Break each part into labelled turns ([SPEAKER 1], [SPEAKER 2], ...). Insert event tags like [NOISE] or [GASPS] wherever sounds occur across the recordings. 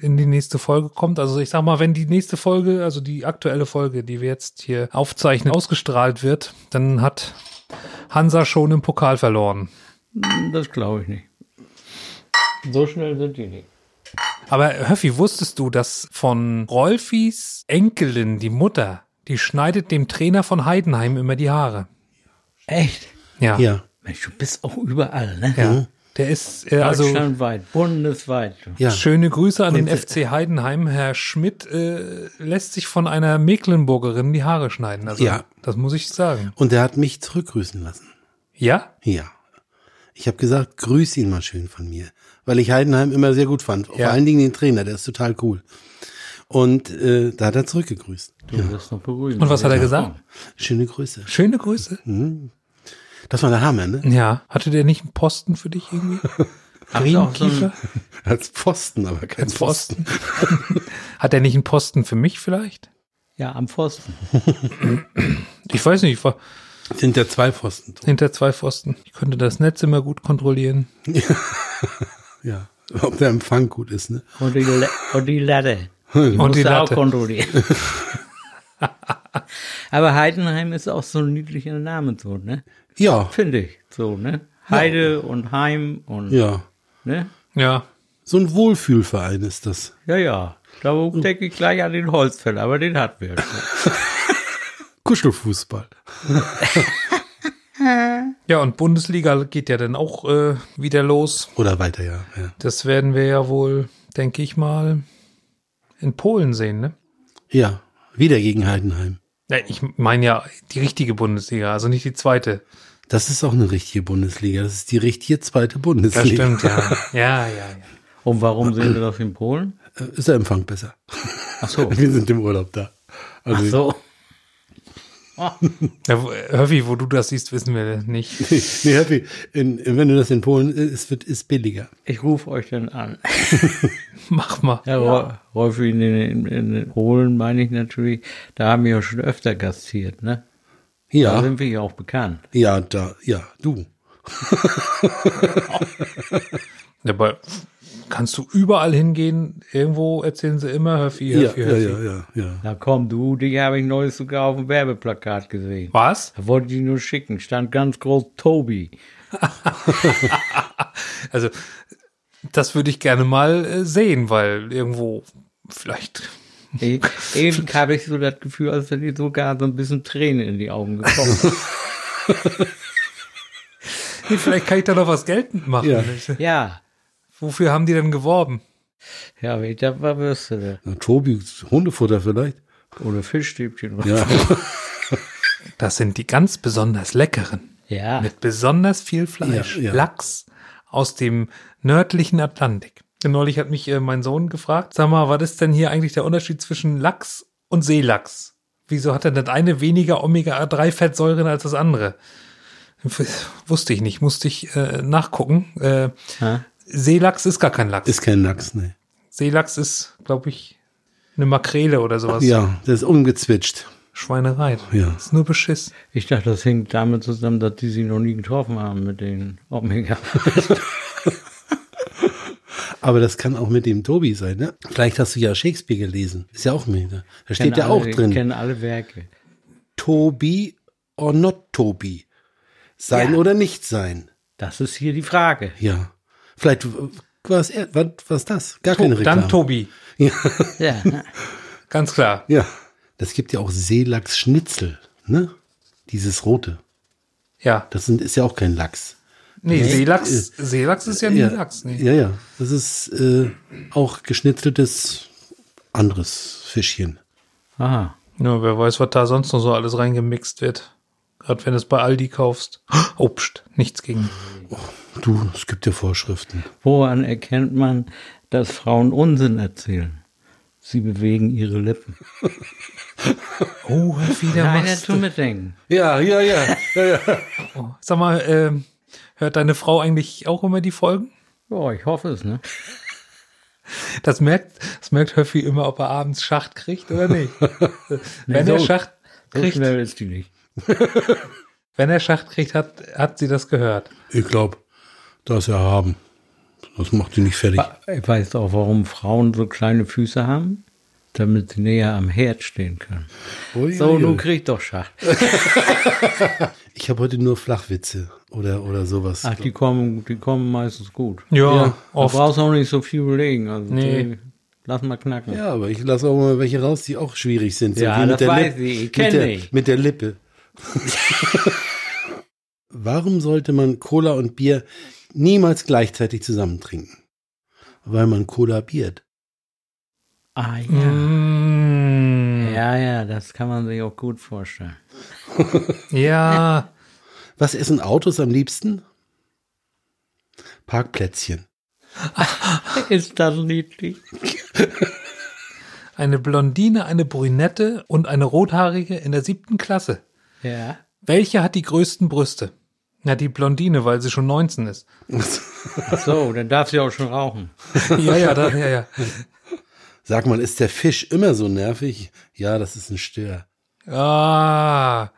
[SPEAKER 1] in die nächste Folge kommt. Also ich sag mal, wenn die nächste Folge, also die aktuelle Folge, die wir jetzt hier aufzeichnen, ausgestrahlt wird, dann hat Hansa schon im Pokal verloren.
[SPEAKER 2] Das glaube ich nicht. So schnell sind die nicht.
[SPEAKER 1] Aber Höffi, wusstest du, dass von Rolfis Enkelin, die Mutter, die schneidet dem Trainer von Heidenheim immer die Haare?
[SPEAKER 2] Echt?
[SPEAKER 1] Ja.
[SPEAKER 3] Ja,
[SPEAKER 2] Mensch, du bist auch überall, ne?
[SPEAKER 1] ja. Der ist, äh, also
[SPEAKER 2] Deutschlandweit, bundesweit.
[SPEAKER 3] ja.
[SPEAKER 1] Schöne Grüße an den FC Heidenheim. Herr Schmidt äh, lässt sich von einer Mecklenburgerin die Haare schneiden. Also,
[SPEAKER 3] Ja.
[SPEAKER 1] Das muss ich sagen.
[SPEAKER 3] Und der hat mich zurückgrüßen lassen.
[SPEAKER 1] Ja?
[SPEAKER 3] Ja. Ich habe gesagt, grüß ihn mal schön von mir, weil ich Heidenheim immer sehr gut fand. Vor
[SPEAKER 1] Ja.
[SPEAKER 3] allen Dingen den Trainer, der ist total cool. Und äh, da hat er zurückgegrüßt.
[SPEAKER 2] Du wirst noch berühmt.
[SPEAKER 1] Und was hat er gesagt?
[SPEAKER 3] Schöne Grüße.
[SPEAKER 1] Schöne Grüße.
[SPEAKER 3] Das war der Hammer, ne?
[SPEAKER 1] Ja. Hatte der nicht einen Posten für dich irgendwie?
[SPEAKER 2] Hab ich auch so einen,
[SPEAKER 3] Als Pfosten, aber kein
[SPEAKER 1] Als
[SPEAKER 3] Pfosten.
[SPEAKER 1] Posten. [LAUGHS] Hat er nicht einen Posten für mich vielleicht?
[SPEAKER 2] ja, am Pfosten.
[SPEAKER 1] Ich weiß nicht, ich war
[SPEAKER 3] Sind ja zwei Pfosten.
[SPEAKER 1] hinter zwei Pfosten. Ich könnte das Netz immer gut kontrollieren.
[SPEAKER 3] Ja. Ob der Empfang gut ist, ne?
[SPEAKER 2] Und die, Le und die Latte.
[SPEAKER 1] Hm. Und
[SPEAKER 2] Musst
[SPEAKER 1] die
[SPEAKER 2] du
[SPEAKER 1] Latte.
[SPEAKER 2] auch
[SPEAKER 1] [LAUGHS]
[SPEAKER 2] kontrollieren. [LAUGHS] Aber Heidenheim ist auch so ein niedlicher Name, so, ne?
[SPEAKER 3] Ja.
[SPEAKER 2] Finde ich, so, ne? Heide und Heim und,
[SPEAKER 3] Ja.
[SPEAKER 2] ne?
[SPEAKER 1] Ja.
[SPEAKER 3] So ein Wohlfühlverein ist das.
[SPEAKER 2] Ja, ja. Da
[SPEAKER 1] Hm.
[SPEAKER 2] denke ich gleich an den Holzfäller, aber den hatten wir.
[SPEAKER 3] Kuschelfußball.
[SPEAKER 1] Ja, und Bundesliga geht ja dann auch äh, wieder los.
[SPEAKER 3] Oder weiter, ja. Ja,
[SPEAKER 1] Das werden wir ja wohl, denke ich mal, in Polen sehen, ne?
[SPEAKER 3] ja. wieder gegen Heidenheim.
[SPEAKER 1] Ja, ich meine ja die richtige Bundesliga, also nicht die zweite.
[SPEAKER 3] Das ist auch eine richtige Bundesliga. Das ist die richtige zweite Bundesliga.
[SPEAKER 1] Das stimmt, ja. [LAUGHS] Ja, ja, ja.
[SPEAKER 2] Und warum sehen wir das in Polen?
[SPEAKER 3] Äh, Ist der Empfang besser.
[SPEAKER 2] Ach so.
[SPEAKER 3] [LAUGHS]
[SPEAKER 1] Also
[SPEAKER 3] Wir sind im Urlaub da.
[SPEAKER 2] Ach
[SPEAKER 3] Also
[SPEAKER 2] so.
[SPEAKER 1] ja wo- Höffi, wo du das siehst, wissen wir nicht. [LAUGHS]
[SPEAKER 3] nee, Happy, in, in, wenn du das in Polen ist, wird ist billiger.
[SPEAKER 2] Ich rufe euch dann an.
[SPEAKER 1] Mach mal.
[SPEAKER 2] Ja, ja. Rolfi in, den- in, in Polen meine ich natürlich, da haben wir ja schon öfter gastiert, ne? Da
[SPEAKER 3] Ja,
[SPEAKER 2] sind wir ja auch bekannt.
[SPEAKER 3] ja, da, ja, du.
[SPEAKER 1] Ja, aber kannst du überall hingehen? Irgendwo erzählen sie immer Höffi,
[SPEAKER 3] Ja,
[SPEAKER 1] Höffi,
[SPEAKER 3] ja,
[SPEAKER 1] Höffi.
[SPEAKER 3] ja, ja, ja.
[SPEAKER 2] Na komm, du, dich habe ich neulich sogar auf dem Werbeplakat gesehen.
[SPEAKER 1] Was?
[SPEAKER 2] Da wollte ich die nur schicken, stand ganz groß Tobi.
[SPEAKER 1] Also, das würde ich gerne mal äh, sehen, weil irgendwo vielleicht. [LAUGHS]
[SPEAKER 2] E- Eben habe ich so das Gefühl, als wenn dir sogar so ein bisschen Tränen in die Augen gekommen sind.
[SPEAKER 1] Nee, vielleicht kann ich da noch was geltend machen.
[SPEAKER 3] Ja.
[SPEAKER 2] Ja,
[SPEAKER 1] Wofür haben die denn geworben?
[SPEAKER 2] ja, wenn ich das mal wüsste.
[SPEAKER 3] Na, Tobi, Hundefutter vielleicht?
[SPEAKER 2] Oder Fischstäbchen. oder-
[SPEAKER 3] Ja.
[SPEAKER 1] Das sind die ganz besonders leckeren.
[SPEAKER 2] ja.
[SPEAKER 1] mit besonders viel Fleisch,
[SPEAKER 3] Ja, ja.
[SPEAKER 1] Lachs aus dem nördlichen Atlantik. Neulich hat mich äh, mein Sohn gefragt, sag mal, was ist denn hier eigentlich der Unterschied zwischen Lachs und Seelachs? Wieso hat denn das eine weniger Omega-3-Fettsäuren als das andere? W- Wusste ich nicht, musste ich äh, nachgucken. Äh,
[SPEAKER 2] Hä?
[SPEAKER 1] Seelachs ist gar kein
[SPEAKER 3] [LAUGHS]
[SPEAKER 1] Lachs.
[SPEAKER 3] Ist kein Lachs, ne.
[SPEAKER 1] Seelachs ist, glaube ich, eine Makrele oder sowas.
[SPEAKER 3] Ja, das ist umgezwitscht.
[SPEAKER 1] Schweinerei.
[SPEAKER 3] Ja.
[SPEAKER 1] Ist nur Beschiss.
[SPEAKER 2] Ich dachte, das hängt damit zusammen, dass die sie noch nie getroffen haben mit den Omega.
[SPEAKER 3] Aber das kann auch mit dem Tobi sein, ne? Vielleicht hast du ja Shakespeare gelesen. Ist ja auch mit. ne? Da steht ja
[SPEAKER 2] alle,
[SPEAKER 3] auch drin.
[SPEAKER 2] Kennen alle Werke.
[SPEAKER 3] Tobi or not Tobi. Sein
[SPEAKER 2] Ja.
[SPEAKER 3] oder nicht sein.
[SPEAKER 2] Das ist hier die Frage.
[SPEAKER 3] Ja. Vielleicht war es er- was was das? Gar keine Reklame.
[SPEAKER 1] Dann Tobi.
[SPEAKER 2] Ja. ne.
[SPEAKER 1] Ganz klar.
[SPEAKER 3] Ja. Das gibt ja auch Seelachs-Schnitzel, ne? Dieses rote.
[SPEAKER 1] Ja.
[SPEAKER 3] Das sind, ist ja auch kein Lachs.
[SPEAKER 1] Nee,
[SPEAKER 3] Nee, Äh.
[SPEAKER 1] Seelachs, Seelachs ist ja nie Lachs. Nee.
[SPEAKER 3] ja, ja. Das ist äh, auch geschnitzeltes anderes Fischchen.
[SPEAKER 2] Aha.
[SPEAKER 1] Ja, wer weiß, was da sonst noch so alles reingemixt wird. Gerade wenn du es bei Aldi kaufst. [GASPS] Obst, nichts gegen.
[SPEAKER 3] Du, es gibt ja Vorschriften.
[SPEAKER 2] Woran erkennt man, dass Frauen Unsinn erzählen? Sie bewegen ihre Lippen.
[SPEAKER 1] Oh, wieder
[SPEAKER 2] Nein,
[SPEAKER 1] machst
[SPEAKER 2] tu mit denken.
[SPEAKER 3] Ja, ja, ja. ja, ja.
[SPEAKER 1] du. Oh, Sag mal, ähm, hört deine Frau eigentlich auch immer die Folgen?
[SPEAKER 2] Ja, ich hoffe es, ne?
[SPEAKER 1] Das merkt, das merkt Höffi immer, ob er abends Schacht kriegt
[SPEAKER 3] [LAUGHS]
[SPEAKER 1] oder nicht. Wenn er
[SPEAKER 2] so-
[SPEAKER 1] Schacht
[SPEAKER 2] So
[SPEAKER 1] kriegt,
[SPEAKER 2] schnell ist die nicht.
[SPEAKER 1] wenn er Schacht kriegt, hat, hat sie das gehört.
[SPEAKER 3] Ich glaube, das erhaben. Das macht die nicht fertig.
[SPEAKER 2] Ich weiß auch, warum Frauen so kleine Füße haben, damit sie näher am Herd stehen können.
[SPEAKER 3] Ui,
[SPEAKER 2] So,
[SPEAKER 3] ui,
[SPEAKER 2] nun
[SPEAKER 3] ui.
[SPEAKER 2] krieg ich doch Schacht.
[SPEAKER 3] Ich habe heute nur Flachwitze oder, oder sowas.
[SPEAKER 2] Ach, die kommen, die kommen meistens gut.
[SPEAKER 1] Ja,
[SPEAKER 2] Du
[SPEAKER 1] oft.
[SPEAKER 2] brauchst auch nicht so viel überlegen. Also
[SPEAKER 1] Nee.
[SPEAKER 2] die- Lass mal knacken.
[SPEAKER 3] Ja, aber ich lasse auch mal welche raus, die auch schwierig sind. So
[SPEAKER 2] Ja,
[SPEAKER 3] wie
[SPEAKER 2] das weiß ich. Ich kenn
[SPEAKER 3] mit, der,
[SPEAKER 2] dich.
[SPEAKER 3] mit
[SPEAKER 2] [LAUGHS]
[SPEAKER 3] der Lippe. Warum sollte man Cola und Bier niemals gleichzeitig zusammentrinken? Weil man Cola biert.
[SPEAKER 2] Ah, ja.
[SPEAKER 1] Mhm. Mm,
[SPEAKER 2] Ja, ja, das kann man sich auch gut vorstellen.
[SPEAKER 1] ja.
[SPEAKER 3] Was essen Autos am liebsten? Parkplätzchen.
[SPEAKER 2] [LAUGHS] Ist das niedlich?
[SPEAKER 1] Eine Blondine, eine Brünette und eine Rothaarige in der siebten Klasse.
[SPEAKER 2] Ja.
[SPEAKER 1] Welche hat die größten Brüste? Na, die Blondine, weil sie schon 19 ist.
[SPEAKER 2] Ach so, dann darf sie auch schon rauchen.
[SPEAKER 1] Ja, ja, da, ja, ja.
[SPEAKER 3] Sag mal, ist der Fisch immer so nervig? Ja, das ist ein Stör.
[SPEAKER 1] Ah.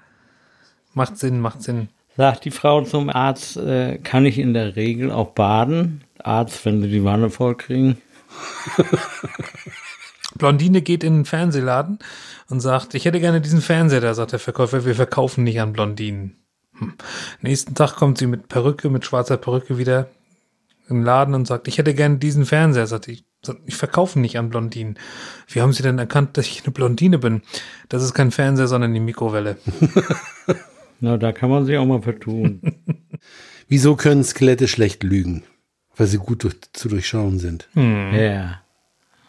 [SPEAKER 1] Macht Sinn, macht Sinn.
[SPEAKER 2] Sagt die Frau zum Arzt, äh, kann ich in der Regel auch baden? Arzt, wenn sie die Wanne voll kriegen.
[SPEAKER 1] Blondine geht in den Fernsehladen und sagt, ich hätte gerne diesen Fernseher. Da sagt der Verkäufer, wir verkaufen nicht an Blondinen. Hm. Nächsten Tag kommt sie mit Perücke, mit schwarzer Perücke wieder im Laden und sagt, ich hätte gerne diesen Fernseher. Sagt ich, sagt, ich verkaufe nicht an Blondinen. Wie haben Sie denn erkannt, dass ich eine Blondine bin? Das ist kein Fernseher, sondern die Mikrowelle.
[SPEAKER 2] Na, da kann man sich auch mal vertun.
[SPEAKER 3] Wieso können Skelette schlecht lügen? Weil sie gut durch, zu durchschauen sind.
[SPEAKER 2] [LAUGHS] ja.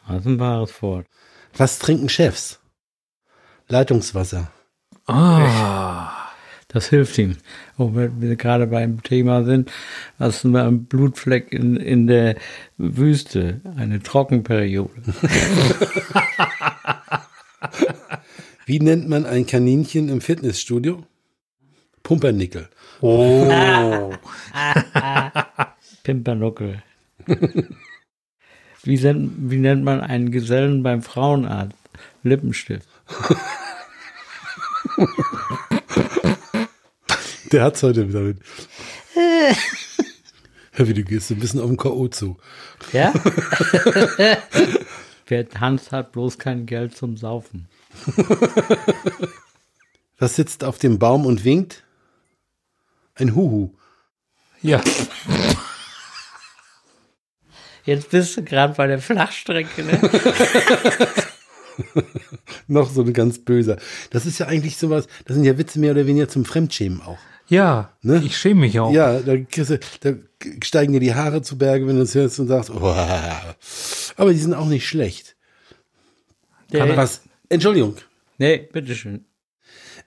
[SPEAKER 2] Das ist ein wahres Wort.
[SPEAKER 3] Was trinken Chefs? Leitungswasser.
[SPEAKER 1] Ah.
[SPEAKER 2] Das hilft ihm. Auch wenn wir gerade beim Thema sind, was wir am Blutfleck in, in der Wüste, eine Trockenperiode.
[SPEAKER 3] Wie nennt man ein Kaninchen im Fitnessstudio? Pumpernickel.
[SPEAKER 1] Oh.
[SPEAKER 2] Pimpernuckel. [LAUGHS] wie, sen- wie nennt man einen Gesellen beim Frauenarzt? Lippenstift.
[SPEAKER 3] Der hat's heute wieder mit. Hör, wie du gehst so ein bisschen auf den K.O. zu.
[SPEAKER 2] [LAUGHS] Ja? Wer tanzt, hat bloß kein Geld zum Saufen.
[SPEAKER 3] Was sitzt auf dem Baum und winkt? Ein Huhu.
[SPEAKER 1] Ja.
[SPEAKER 2] Jetzt bist du gerade bei der Flachstrecke, ne? [LAUGHS]
[SPEAKER 3] Noch so ein ganz böser. Das ist ja eigentlich sowas, das sind ja Witze mehr oder weniger zum Fremdschämen auch.
[SPEAKER 1] Ja.
[SPEAKER 3] Ne?
[SPEAKER 1] Ich schäme mich auch.
[SPEAKER 3] Ja, da, kriegst du- da steigen dir die Haare zu Berge, wenn du es hörst und sagst, oh. aber die sind auch nicht schlecht.
[SPEAKER 2] Der,
[SPEAKER 3] Was? Entschuldigung.
[SPEAKER 2] Nee, bitteschön.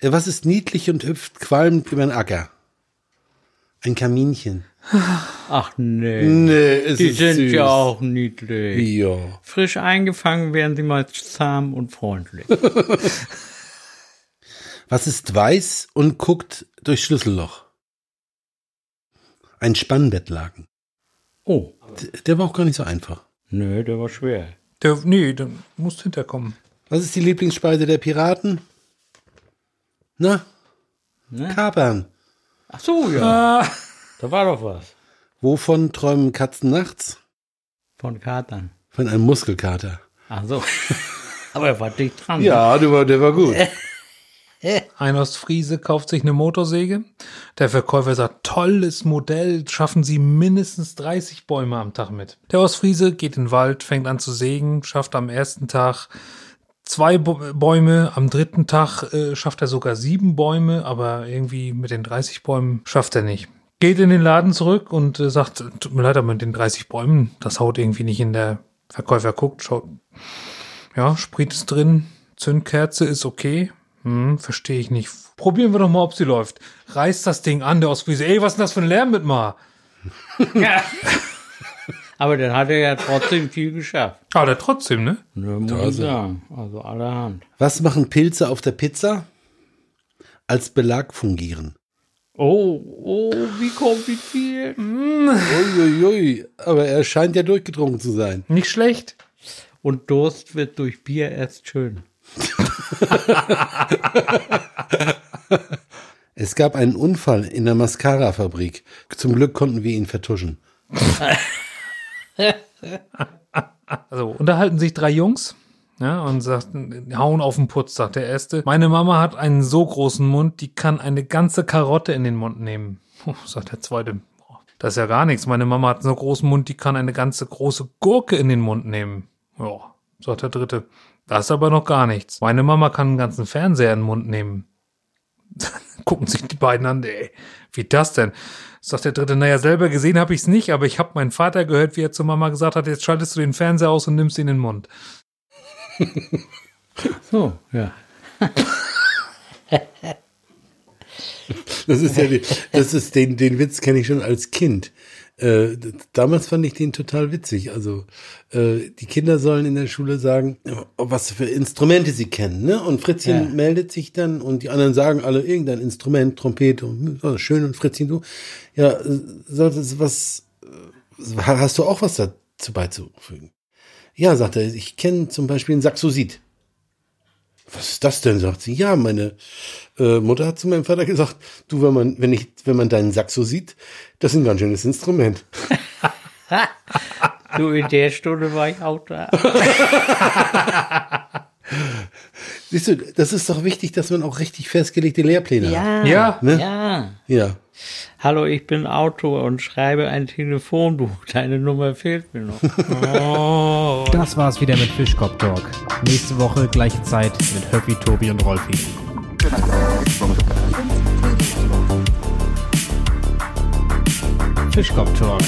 [SPEAKER 3] Äh, Was ist niedlich und hüpft qualmend über den Acker? Ein Kaminchen.
[SPEAKER 2] Ach nee.
[SPEAKER 3] Nee, es
[SPEAKER 2] Äh, Die sind ja auch niedlich.
[SPEAKER 3] Ja.
[SPEAKER 2] Frisch eingefangen werden sie mal zahm und freundlich.
[SPEAKER 3] Was ist weiß und guckt durch Schlüsselloch? Ein Spannbettlaken.
[SPEAKER 2] Oh,
[SPEAKER 3] D- Der war auch gar nicht so einfach.
[SPEAKER 2] [LAUGHS] nö, der war schwer.
[SPEAKER 1] Der, nee, du musst hinterkommen.
[SPEAKER 3] Was ist die Lieblingsspeise der Piraten? Na,
[SPEAKER 2] Ne?
[SPEAKER 3] Kapern.
[SPEAKER 2] Ach so, ja,
[SPEAKER 1] Ah.
[SPEAKER 2] da war doch was.
[SPEAKER 3] Wovon träumen Katzen nachts?
[SPEAKER 2] Von Katern.
[SPEAKER 3] Von einem Muskelkater.
[SPEAKER 2] Ach [LAUGHS] so. Aber er war dicht dran. ne?
[SPEAKER 3] Ja, der war, der war gut.
[SPEAKER 1] Ein Ostfriese kauft sich eine Motorsäge. Der Verkäufer sagt, tolles Modell, schaffen Sie mindestens 30 Bäume am Tag mit. Der Ostfriese geht in den Wald, fängt an zu sägen, schafft am ersten Tag zwei Bo- Bäume, am dritten Tag äh, schafft er sogar sieben Bäume, aber irgendwie mit den 30 Bäumen schafft er nicht. Geht in den Laden zurück und äh, sagt, tut mir leid, aber mit den 30 Bäumen, das haut irgendwie nicht in der Verkäufer guckt, schaut, ja, Sprit ist drin, Zündkerze ist okay. Hm, verstehe ich nicht. Probieren wir doch mal, ob sie läuft. Reißt das Ding an, der Ostfriese. Ey, was ist denn das für ein Lärm mit mal?
[SPEAKER 2] Aber dann hat er ja trotzdem viel geschafft.
[SPEAKER 1] Aber trotzdem, ne?
[SPEAKER 2] Ne, muss ich sagen. Also allerhand.
[SPEAKER 3] Was machen Pilze auf der Pizza? Als Belag fungieren.
[SPEAKER 2] Oh, oh, wie kompliziert.
[SPEAKER 3] Uiuiui, aber er scheint ja durchgedrungen zu sein.
[SPEAKER 1] Nicht schlecht.
[SPEAKER 2] Und Durst wird durch Bier erst schön.
[SPEAKER 3] Es gab einen Unfall in der Mascara-Fabrik. Zum Glück konnten wir ihn vertuschen.
[SPEAKER 1] Also unterhalten sich drei Jungs ja, und sagten, hauen auf den Putz, sagt der erste. Meine Mama hat einen so großen Mund, die kann eine ganze Karotte in den Mund nehmen. Puh, sagt der zweite. Das ist ja gar nichts. Meine Mama hat einen so großen Mund, die kann eine ganze große Gurke in den Mund nehmen. Ja, sagt der dritte. Das ist aber noch gar nichts. Meine Mama kann einen ganzen Fernseher in den Mund nehmen. Gucken sich die beiden an, ey, wie das denn? Sagt der dritte, naja, selber gesehen habe ich es nicht, aber ich habe meinen Vater gehört, wie er zu Mama gesagt hat, jetzt schaltest du den Fernseher aus und nimmst ihn in den Mund.
[SPEAKER 2] So, ja.
[SPEAKER 3] Das ist ja, die, das ist den, den Witz kenne ich schon als Kind. Äh, d- damals fand ich den total witzig. Also äh, die Kinder sollen in der Schule sagen, oh, was für Instrumente sie kennen, ne? Und Fritzchen
[SPEAKER 2] Ja.
[SPEAKER 3] meldet sich dann und die anderen sagen alle irgendein Instrument, Trompete, und, oh, schön und Fritzchen du, ja, äh, sagt es was, äh, hast du auch was dazu beizufügen? Ja, sagt er, ich kenne zum Beispiel ein Saxosid. Was ist das denn? sagt sie. Ja, meine äh, Mutter hat zu meinem Vater gesagt, du, wenn man, wenn ich, wenn man deinen Saxo sieht, das ist ein ganz schönes Instrument.
[SPEAKER 2] Du, in der Stunde war ich auch da.
[SPEAKER 3] Siehst du, das ist doch wichtig, dass man auch richtig festgelegte Lehrpläne hat.
[SPEAKER 1] Ja,
[SPEAKER 3] ne?
[SPEAKER 2] ja.
[SPEAKER 3] Ja.
[SPEAKER 2] Hallo, ich bin Autor und schreibe ein Telefonbuch. Deine Nummer fehlt mir noch.
[SPEAKER 4] Das war's wieder mit Fischkopf Talk. Nächste Woche gleiche Zeit mit Höppi, Tobi und Rolfi. Fischkopf Talk.